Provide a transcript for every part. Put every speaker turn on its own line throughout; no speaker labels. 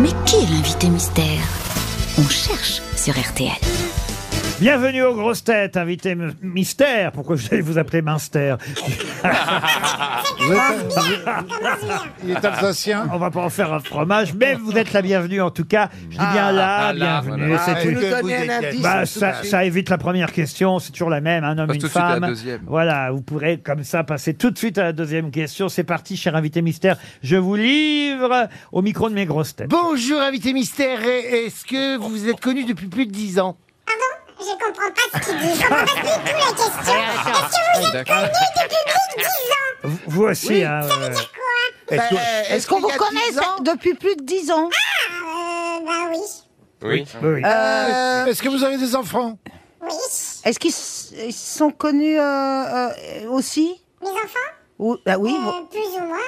Mais qui est l'invité mystère On cherche sur RTL.
Bienvenue aux grosses têtes, invité m- mystère. Pourquoi vous allez vous appeler Minster
Vous êtes- Il est alsacien
On va pas en faire un fromage, mais vous êtes la bienvenue en tout cas. Je dis bien là,
ah, là,
bienvenue.
voilà.
C'est
Ah,
une-
vous
donnez
êtes-
un indice.
Bah,
tout
ça,
de suite.
ça évite la première question, c'est toujours la même, un homme,
Passe
une
tout de suite à la
femme.
deuxième.
Voilà, vous pourrez comme ça passer tout de suite à la deuxième question. C'est parti, cher invité mystère. Je vous livre au micro de mes grosses têtes.
Bonjour, invité mystère. Et- Est-ce que vous êtes connu depuis plus de 10 ans
Je comprends pas ce qu'il dit. Je comprends pas du tout la question.
D'accord.
Vous, vous aussi, hein, euh,
Est-ce
Est-ce qu'on vous connaît ça- depuis plus de 10 ans
Euh, bah oui.
Oui.
oui, oui.
Euh,
Est-ce que vous avez des enfants
Oui.
Est-ce qu'ils s- ils sont connus euh, euh, aussi
Mes enfants
Ou- ah Oui,
Euh,
bon,
Plus ou moins.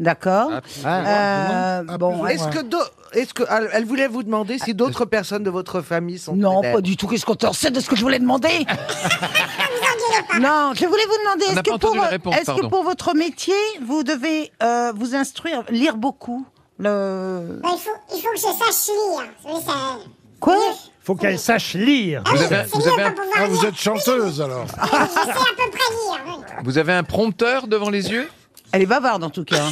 d'accord.
Ah,
Euh,
non. Ah,
bon,
plus ou
Est-ce que, d'au- est-ce que elle, elle voulait vous demander si d'autres personnes de votre famille sont
Non,
fidèles.
pas du tout. Qu'est-ce qu'on t'en sait de ce que je voulais demander Non, je voulais vous demander,
n'a
est-ce
pas
que, pour,
entendu la
vo-
réponse,
est-ce que
pardon.
pour votre métier, vous devez euh, vous instruire, lire beaucoup le...
Bah, il, faut, il faut que je sache lire. Oui, ça...
Quoi
faut qu'elle sache lire.
Ah oui,
avez-
c'est
vous
mieux
avez un-
pour pouvoir
Ah, vous
lire.
êtes chanteuse alors
Oui, Je sais à peu près lire. oui.
Vous avez un prompteur devant les yeux
Elle est bavarde en tout cas.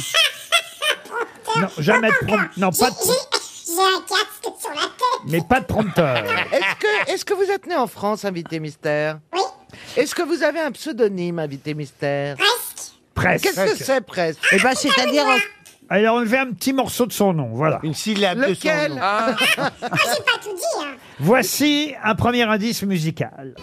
Non, jamais de prom- non, pas de-
J'ai- J'ai j'ai un casque sur la tête.
mais pas de prompteur.
Est-ce que, est-ce que vous êtes né en France, invité mystère
Oui,
Est-ce que vous avez un pseudonyme, invité mystère
presque.
Presque.
Qu'est-ce que c'est presque
Eh ben, c'est-à-dire, euh,
Elle a enlevé un petit morceau de son nom, voilà.
Une syllabe Lequel
Ah,
Ah, j'ai pas tout dit. Hein.
Voici un premier indice musical.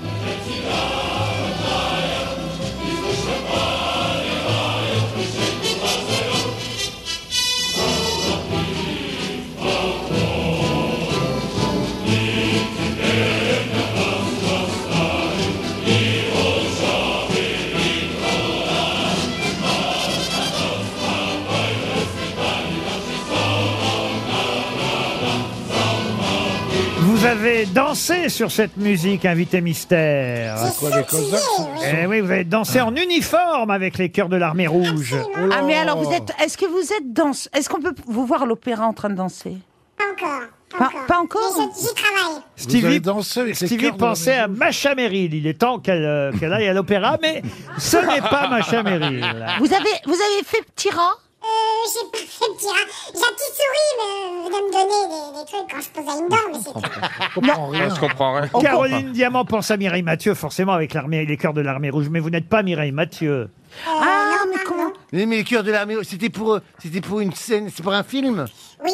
Vous avez dansé sur cette musique, invité mystère.
J'ai
quoi, les
sautillé,
Cosaques
oui.
Eh oui, vous avez dansé
Ah.
en uniforme avec les chœurs de l'armée rouge.
Absolument.
ah mais alors vous êtes, est-ce que vous êtes danse Est-ce qu'on peut vous voir à l'opéra en train de danser
Pas encore.
Pas- pas encore
Mais je- J'y travaille.
Vous avez
Stevie,
dansé avec les
Stevie
chœurs de
pensait à
l'armée
Macha Merrill. Il est temps qu'elle euh, qu'elle aille à l'opéra, mais ce n'est pas Macha Merrill.
Vous avez, vous avez fait petit rat
Euh, j'ai pas fait le tirage. J'ai un petit souris, mais vous de me donner des, des trucs quand je pose à une dent, mais c'est tout.
je comprends rien.
Caroline Diamant pense à Mireille Mathieu, forcément, avec l'armée, les chœurs de l'armée rouge. Mais vous n'êtes pas Mireille Mathieu.
Ah mais comment
Les Mercure de l'armée, c'était pour, c'était pour une scène, c'est pour un film
Oui.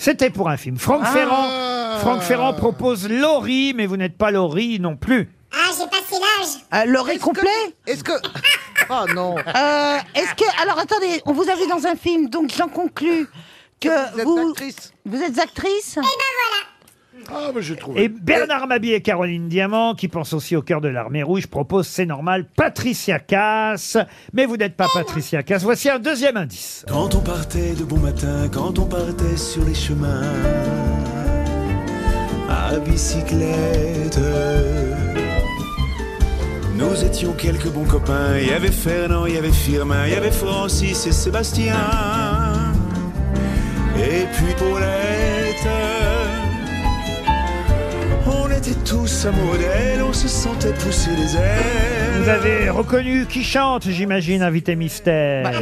C'était pour un film. Franck
Ah.
Ferrand. Franck Ferrand propose Laurie, mais vous n'êtes pas Laurie non plus.
Ah, j'ai passé l'âge.
Euh, L'oreille complet
Est-ce que... Oh non
Euh, Est-ce que alors attendez, on vous a vu dans un film, donc j'en conclus
Vous
que
êtes
vous
actrice
vous êtes actrice.
Ah, mais j'ai trouvé.
Et Bernard Mabie et Caroline Diamant, qui pensent aussi au cœur de l'armée rouge, proposent, c'est normal, Patricia Cass. Mais vous n'êtes pas Patricia Cass. Voici un deuxième indice.
Quand on partait de bon matin, quand on partait sur les chemins, à bicyclette, nous étions quelques bons copains. Il y avait Fernand, il y avait Firmin, il y avait Francis et Sébastien. Et puis Paulette, on était tous amoureux d'elle, on se sentait pousser les ailes.
Vous avez reconnu qui chante, j'imagine, invité mystère.
Bah, Yves,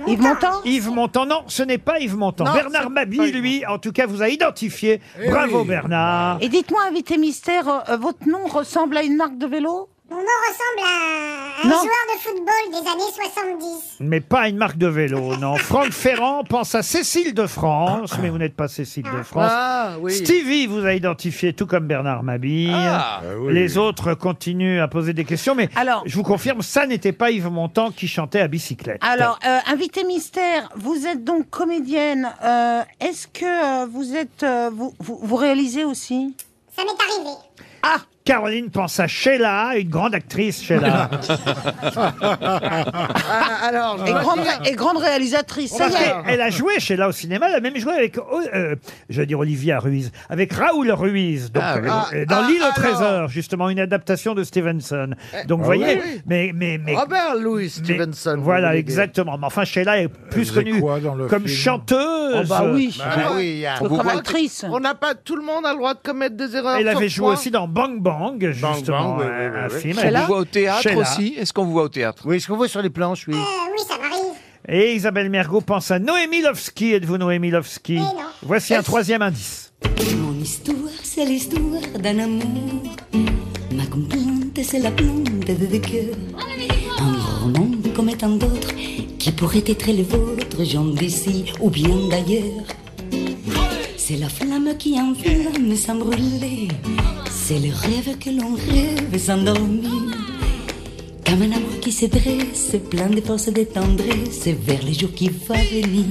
Ah, Mais c'est- c'est mon
Mon- Yves
temps.
Montand.
Yves Montand, non, ce n'est pas Yves Montand. Bernard Mabie, lui, en tout cas, vous a identifié. Bravo, Bernard.
Eh Bah, Et dites-moi, invité mystère, euh, euh, votre nom ressemble à une marque de vélo
Mon nom ressemble à à un joueur
Non.
de football des années 70.
Mais pas une marque de vélo, non. Franck Ferrand pense à Cécile de France, mais vous n'êtes pas Cécile de France.
Ah oui
Stevie vous a identifié, tout comme Bernard Mabille.
Ah,
Les autres continuent à poser des questions, mais
Alors-
je vous confirme, ça n'était pas Yves Montand qui chantait à bicyclette.
Alors, euh, invité mystère, vous êtes donc comédienne. euh, Est-ce que euh, vous êtes euh, vous, vous vous réalisez aussi
Ça m'est arrivé.
Ah
Caroline pense à Sheila, une grande actrice, Sheila.
Ah, alors,
Et
je-
grande, et grande réalisatrice. Ça y
Parce
est.
qu'elle- Elle a joué chez là au cinéma, elle a même joué avec, oh, euh, je veux dire Olivia Ruiz, avec Raoul Ruiz, donc,
Ah oui.
euh, euh, dans
Ah,
L'île au
alors.
trésor, justement, une adaptation de Stevenson. Donc, vous voyez,
oui, oui.
mais, mais, mais,
Ah, ben,
Robert Louis
mais-
Stevenson. vous
voilà,
voulez dire.
exactement. Mais enfin, Sheila est plus
faisait
connue
quoi dans le
comme
film
chanteuse.
Oh bah oui.
Ah oui, ah.
Comme actrice.
On n'a pas tout le monde a le droit de commettre des erreurs.
Elle
sur
avait joué
trois.
aussi dans Bang Bang, justement,
Bang, oui,
un-
oui, oui,
un
oui.
film.
On vous
Elle-
voit au théâtre
Sheila.
aussi Est-ce qu'on vous voit au théâtre
Oui, ce qu'on voit sur les planches, oui.
Euh, oui, ça m'arrive.
Et Isabelle Mergot pense à Noémie Lovski. Êtes-vous Noémie Lovski
non.
Voici un troisième indice.
Mon histoire, c'est l'histoire d'un amour. Ma complainte, c'est la plainte de deux cœurs. Un roman comme tant d'autres qui pourrait être le vôtre, j'en d'ici ou bien d'ailleurs. C'est la flamme qui enflamme sans brûler. C'est le rêve que l'on rêve sans dormir. Comme un amour qui se dresse, plein de force et de tendresse, vers les jours qui vont venir.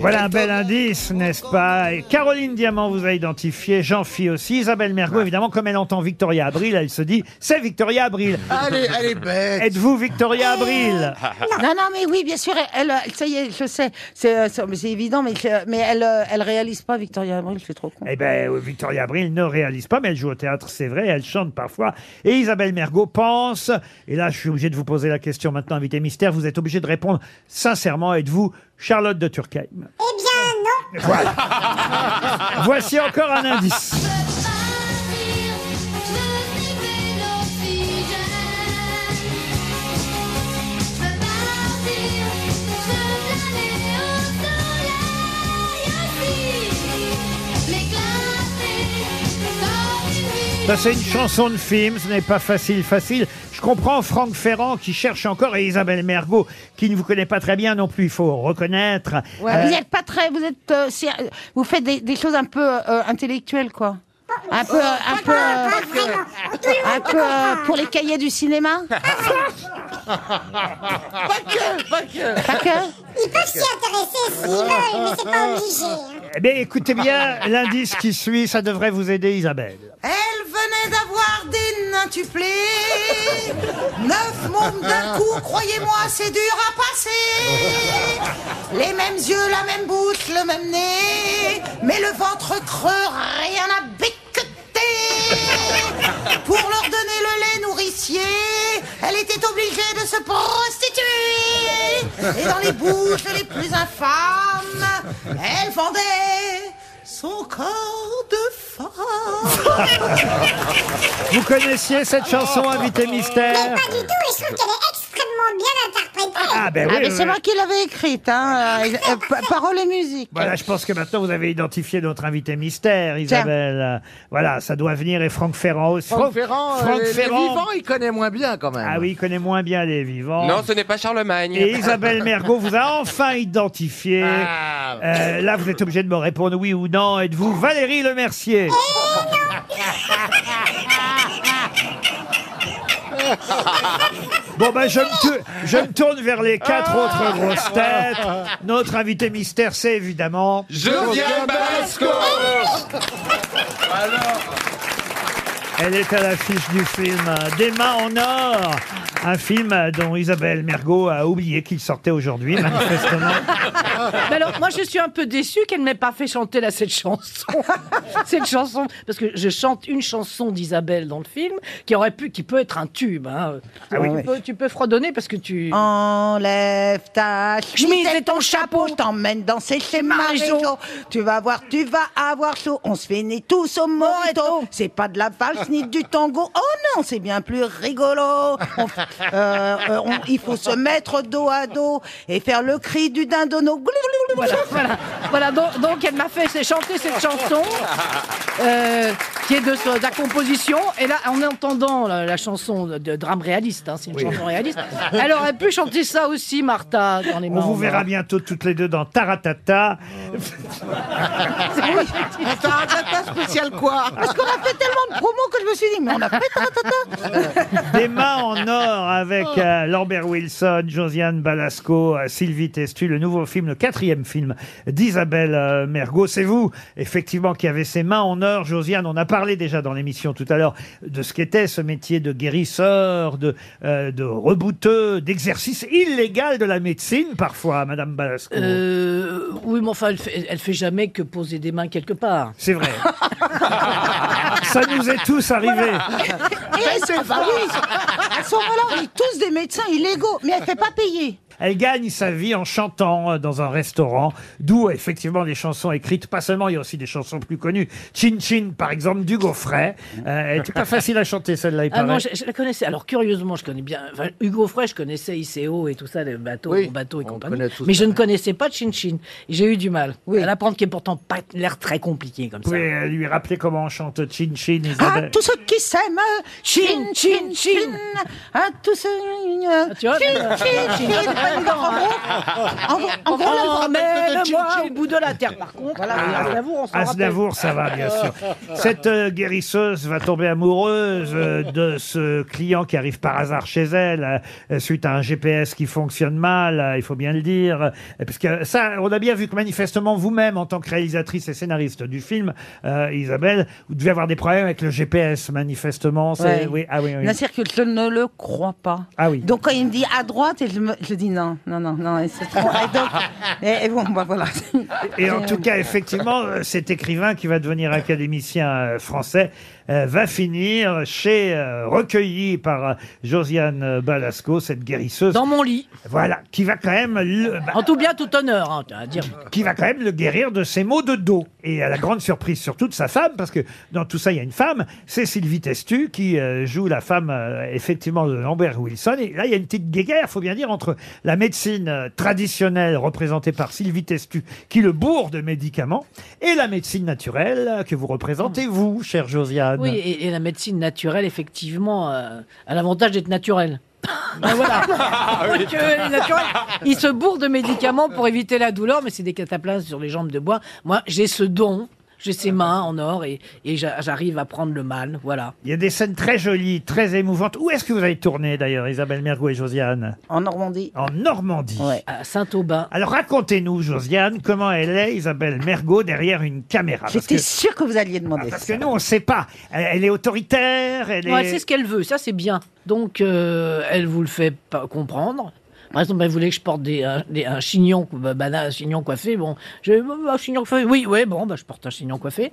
Voilà un bel indice, n'est-ce pas Et Caroline Diamant vous a identifié, jean phi aussi, Isabelle Mergo, évidemment, comme elle entend Victoria Abril, elle se dit, c'est Victoria Abril.
Ah.
Ah,
Elle est, elle est bête.
Êtes-vous Victoria Abril
Non, non, mais oui, bien sûr. Elle, elle- ça y est, je sais. C'est, euh, c'est c'est évident, mais, je- mais elle, euh, elle réalise pas Victoria Abril. Je suis trop con.
Eh ben, euh, Victoria Abril ne réalise pas, mais elle joue au théâtre, c'est vrai, elle chante parfois. Et Isabelle Mergot pense, et là, je suis obligé de vous poser la question maintenant, invité mystère, vous êtes obligé de répondre sincèrement, êtes-vous Charlotte de Turckheim
Eh bien, non.
Voici encore un indice. Ça, c'est une chanson de film, ce n'est pas facile, facile. Je comprends Franck Ferrand qui cherche encore et Isabelle Mergot qui ne vous connaît pas très bien non plus, il faut reconnaître.
Ouais,
Euh,
Vous n'êtes pas très. Vous êtes. euh, si- euh, vous faites des, des choses un peu euh, intellectuelles, quoi. Un peu. euh, un peu. euh, un peu euh, pour les cahiers du cinéma. pas que. Pas que.
Ils peuvent s'y intéresser s'ils veulent, mais c'est pas obligé. hein.
eh bien, écoutez bien l'indice qui suit, ça devrait vous aider Isabelle.
Elle venait d'avoir des nintuplés. Neuf mondes d'un coup, croyez-moi, c'est dur à passer. Les mêmes yeux, la même bouche, le même nez. Mais le ventre creux, rien à becqueter. Pour leur donner le lait nourricier, elle était obligée de se prostituer. Et dans les bouches les plus infâmes, elle vendait son corps de femme.
Vous connaissiez cette chanson, invité
Mais
mystère
pas du tout, et je trouve qu'elle est extrêmement bien interprétée.
Ah ben oui.
Ah, mais
oui,
c'est
oui.
moi qui l'avais écrite. Hein. euh, euh, pa- paroles et musique.
Voilà, je pense que maintenant vous avez identifié notre invité mystère, Isabelle. Euh, Voilà, ça doit venir et Franck Ferrand aussi.
Franck Ferrand,
Franck
euh, les
Ferrand.
vivants, il connaît moins bien quand même.
Ah oui, il connaît moins bien les vivants.
Non, ce n'est pas Charlemagne.
Et Isabelle Mergot vous a enfin identifié.
Ah.
Euh, là, vous êtes obligé de me répondre oui ou non. Êtes-vous Valérie
Eh,
Lemercier Bon, ben, je me, tu- je me tourne vers les quatre autres grosses têtes. Notre invité mystère, c'est évidemment.
Josiane Balasco
Elle est à l'affiche du film euh, Des mains en or. Un film euh, dont Isabelle Mergot a oublié qu'il sortait aujourd'hui, manifestement.
Mais alors, moi, je suis un peu déçue qu'elle ne m'ait pas fait chanter là, cette chanson. cette chanson, parce que je chante une chanson d'Isabelle dans le film, qui aurait pu, qui peut être un tube. hein.
Ah
tu, peux, tu peux fredonner parce que tu.
Enlève ta Bah. chemise
mets
et ton chapeau, je t'emmène danser chez Marisot. Tu vas voir, tu vas avoir chaud. On se finit tous au morito. C'est pas de la valse ni du tango. Oh non, c'est bien plus rigolo. On f- euh, euh, on- il faut se mettre dos à dos et faire le cri du dindono. Glou, glou, glou.
Voilà, voilà, voilà. Donc, donc, elle m'a fait chanter cette chanson, euh, qui est de, sa- de la composition. Et là, en entendant la, la chanson de, de drame réaliste, hein, c'est une chanson réaliste, elle aurait pu chanter ça aussi, Martha, dans les
On
mains.
vous
en
verra
or.
bientôt toutes les deux dans Taratata.
Attends, attends, spécial quoi
On a fait tellement de promos que je me suis dit, mais on a fait
Des mains en or avec euh, Lambert Wilson, Josiane Balasco, euh, Sylvie Testu, le nouveau film, le quatrième film d'Isabelle euh, Mergot. C'est vous, effectivement, qui avez ces mains en or, Josiane. On n'a pas parlé déjà dans l'émission tout à l'heure de ce qu'était ce métier de guérisseur, de, euh, de rebouteux, d'exercice illégal de la médecine parfois, Madame Balasco.
Euh, oui, mais enfin, elle fait, elle fait jamais que poser des mains quelque part.
C'est vrai. Ça nous est tous arrivé.
Et c'est pas oui. À ce moment-là, on est tous des médecins illégaux, mais elle fait pas payer.
Elle gagne sa vie en chantant euh, dans un restaurant, d'où effectivement des chansons écrites, pas seulement, il y a aussi des chansons plus connues. Chin Chin, par exemple, du Gaufret. Euh, elle était pas facile à chanter celle-là, il
Ah
paraît.
non, je, je la connaissais. Alors curieusement, je connais bien. enfin, Hugo Frey, je connaissais ICO et tout ça, les bateaux,
Oui,
gros bateaux et compagnie.
connaît tous
Mais je
ça,
ne
ouais.
connaissais pas Chin Chin. Et J'ai eu du mal à l'apprendre, qui est pourtant pas l'air très compliqué comme
Vous
ça.
pouvez euh, lui rappeler comment on chante Chin Chin,
Ah,
À
Isabelle
Hein, tous ceux qui s'aiment, chin, chin, chin. À tous ceux. euh, Ah,
Tu vois, euh,
Chin, chin, chin. En gros, en gros, là, vous rappelez de- de- de-
Emmène-moi Oh, au bout de la terre. Par contre, voilà, Aznavour, on s'en rappelle.
Aznavour, ça va, bien sûr. Cette euh, guérisseuse va tomber amoureuse euh, de ce client qui arrive par hasard chez elle, euh, suite à un GPS qui fonctionne mal, euh, il faut bien le dire. Euh, Parce que ça, on a bien vu que manifestement, vous-même, en tant que réalisatrice et scénariste du film, euh, Isabelle, vous devez avoir des problèmes avec le GPS, manifestement. C'est-
Ouais.
Oui, ah oui, oui.
Nasser que je ne le crois pas.
Ah oui.
Donc quand il me dit à droite, et je, me- je dis non, non, non, non, et c'est trop. Et donc, et, et bon, bah voilà.
Et en tout cas, effectivement, euh, cet écrivain qui va devenir académicien euh, français euh, va finir chez, euh, recueilli par euh, Josiane euh, Balasco, cette guérisseuse.
Dans mon lit.
Voilà, qui va quand même le, bah,
En tout bien, tout honneur, hein, à dire.
qui va quand même le guérir de ses maux de dos. Et à la grande surprise surtout de sa femme, parce que dans tout ça, il y a une femme, c'est Sylvie Testu qui euh, joue la femme, euh, effectivement, de Lambert Wilson. Et là, il y a une petite guéguerre, faut bien dire, entre la médecine euh, traditionnelle représentée par Sylvie Testu, qui le bourre de médicaments, et la médecine naturelle euh, que vous représentez, vous, chère Josiane.
Oui, et, et la médecine naturelle, effectivement, euh, a l'avantage d'être naturelle. Ben voilà. Donc, euh, les naturels, ils se bourrent de médicaments pour éviter la douleur, mais c'est des cataplasmes sur les jambes de bois. Moi, j'ai ce don, j'ai ces mains en or et, et j'a- j'arrive à prendre le mal. Voilà.
Il y a des scènes très jolies, très émouvantes. Où est-ce que vous avez tourné d'ailleurs, Isabelle Mergo et Josiane
En Normandie.
En Normandie.
À Saint-Aubin.
Alors racontez-nous, Josiane, comment elle est, Isabelle Mergot, derrière une caméra. Parce que, Ah,
J'étais sûre que vous alliez demander
parce que
ça.
nous, on ne sait pas. Elle, elle est autoritaire, elle
Ouais,
est...
elle sait ce qu'elle veut, ça c'est bien. Donc euh, elle vous le fait pas comprendre. Par exemple, elle voulait que je porte des, un, des- un chignon, cou- bah, bah, là, un chignon coiffé. Bon, je, un chignon coiffé. Oui, ouais, bon, bah, je porte un chignon coiffé.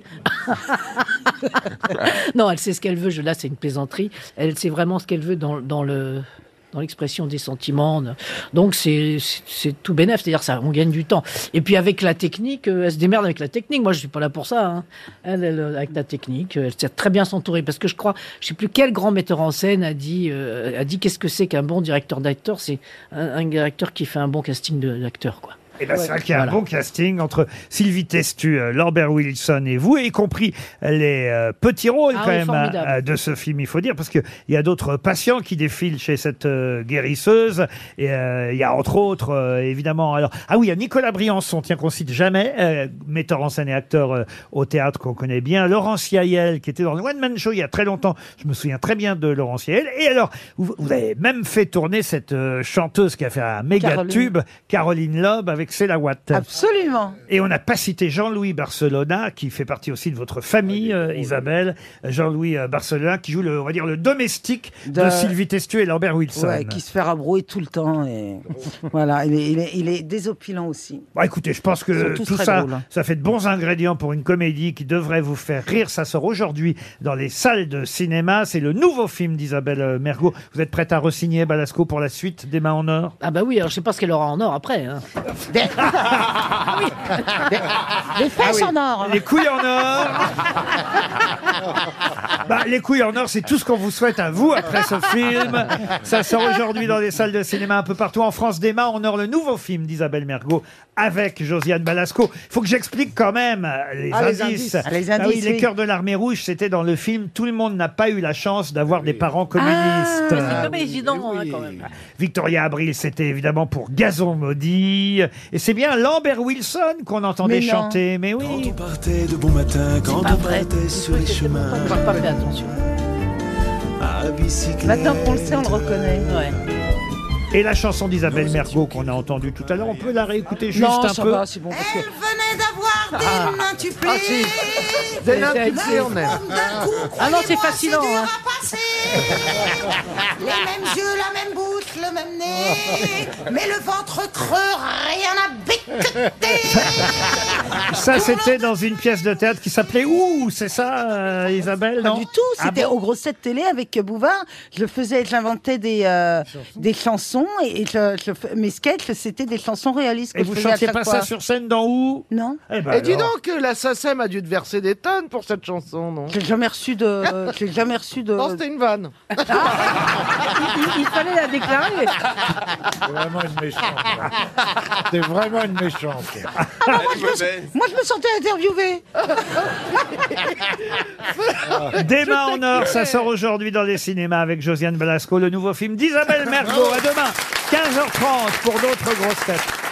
non, elle sait ce qu'elle veut. Je, là, c'est une plaisanterie. Elle sait vraiment ce qu'elle veut dans, dans le dans l'expression des sentiments. Donc c'est c'est- c'est tout bénef, c'est-à-dire ça, on gagne du temps. Et puis avec la technique, euh, elle se démerde avec la technique. Moi, je suis pas là pour ça. hein. Elle, elle, euh, avec la technique, euh, elle sait très bien s'entourer. Parce que je crois, je sais plus quel grand metteur en scène a dit, euh, a dit qu'est-ce que c'est qu'un bon directeur d'acteur C'est un, un directeur qui fait un bon casting de- d'acteur, quoi.
Eh ben, c'est vrai qu'il y a
Voilà.
un bon casting entre Sylvie Testu, euh, Lambert Wilson et vous, y compris les euh, petits rôles
Ah
quand
oui,
même
formidable.
euh, de ce film, il faut dire, parce qu'il y a d'autres patients qui défilent chez cette euh, guérisseuse. Et euh, il y a entre autres, euh, évidemment, alors ah oui, il y a Nicolas Briançon, tiens qu'on cite jamais, euh, metteur en scène et acteur euh, au théâtre qu'on connaît bien, Laurence Yael qui était dans le One Man Show il y a très longtemps. Je me souviens très bien de Laurence Yael. Et alors, vous, vous avez même fait tourner cette euh, chanteuse qui a fait un méga
Caroline. Ah
tube, Caroline Loeb avec Céla Watt.
Absolument.
Et on n'a pas cité Jean-Louis Barcelona, qui fait partie aussi de votre famille,
Ah,
euh, Isabelle. Jean-Louis euh, Barcelona, qui joue, le, on va dire, le domestique de,
De-
Sylvie Testu et Lambert Wilson.
Ouais, qui se fait rabrouer tout le temps. Et... voilà, il est, il, est, il est désopilant aussi.
Bon, écoutez, je pense
Ils sont
que
tous
tout
très
ça,
drôles, hein.
ça fait de bons ingrédients pour une comédie qui devrait vous faire rire. Ça sort aujourd'hui dans les salles de cinéma. C'est le nouveau film d'Isabelle euh, Mergot. Vous êtes prête à resigner Balasco pour la suite des mains en or
Ah bah oui, alors je sais pas ce qu'elle aura en or après. hein.
Ah
Les fesses en or.
Les couilles en or bah, Les couilles en or, c'est tout ce qu'on vous souhaite à vous après ce film. Ça sort aujourd'hui dans les salles de cinéma un peu partout en France. Demain, on or le nouveau film d'Isabelle Mergot avec Josiane Balasco. faut que j'explique quand même euh, les
Ah, les
indices.
indices. Ah, les
Ah oui,
indices,
les
oui.
cœurs de l'armée rouge, c'était dans le film Tout le monde n'a pas eu la chance d'avoir des parents communistes.
C'est pas évident hein, quand même.
Victoria Abril, c'était évidemment pour Gazon maudit. Et c'est bien Lambert Wilson qu'on entendait
Mais non.
chanter. Mais oui.
Quand on partait de bon matin, quand
Pas
on
vrai.
partait sur les chemins,
On va pas faire attention.
à bicyclette.
Maintenant qu'on le sait, on le reconnaît.
Ouais.
Et la chanson d'Isabelle Mergot qu'on a entendue tout à l'heure, on peut la réécouter juste
non,
un
ça
peu.
va, c'est bon. Parce que...
Elle venait permet d'avoir des mains tuplées.
Ah, si. Des nains tuplés, on aime.
Ah non, c'est fascinant,
C'est dur
hein.
à passer. Les mêmes yeux, la même bouche, le même nez.
Oh.
Mais le ventre creux, rien à becqueter.
Ça, c'était dans une pièce de théâtre qui s'appelait Ouh, c'est ça, euh, Isabelle
Pas
non
du tout,
Ah
c'était
bon
aux grossettes télé avec Bouvard. Je le faisais, j'inventais des, euh, des chansons et, et je- je fais- mes sketchs, c'était des chansons réalistes. Que
Et
je
vous
faisais à
chantiez
chaque
pas
fois.
ça sur scène dans Où
Non.
Eh ben
Et dis
alors.
donc, la SACEM a dû te verser des tonnes pour cette chanson, non
J'ai jamais reçu de. euh, J'ai jamais reçu de.
Non, c'était une vanne.
il, il fallait la déclarer.
C'est vraiment une méchante. C'est vraiment une méchante.
Alors, moi, je me, moi, je me sentais interviewée.
Des mains en or, ça sort aujourd'hui dans les cinémas avec Josiane Blasco, le nouveau film d'Isabelle Mergo. À demain, 15h30 pour d'autres grosses têtes.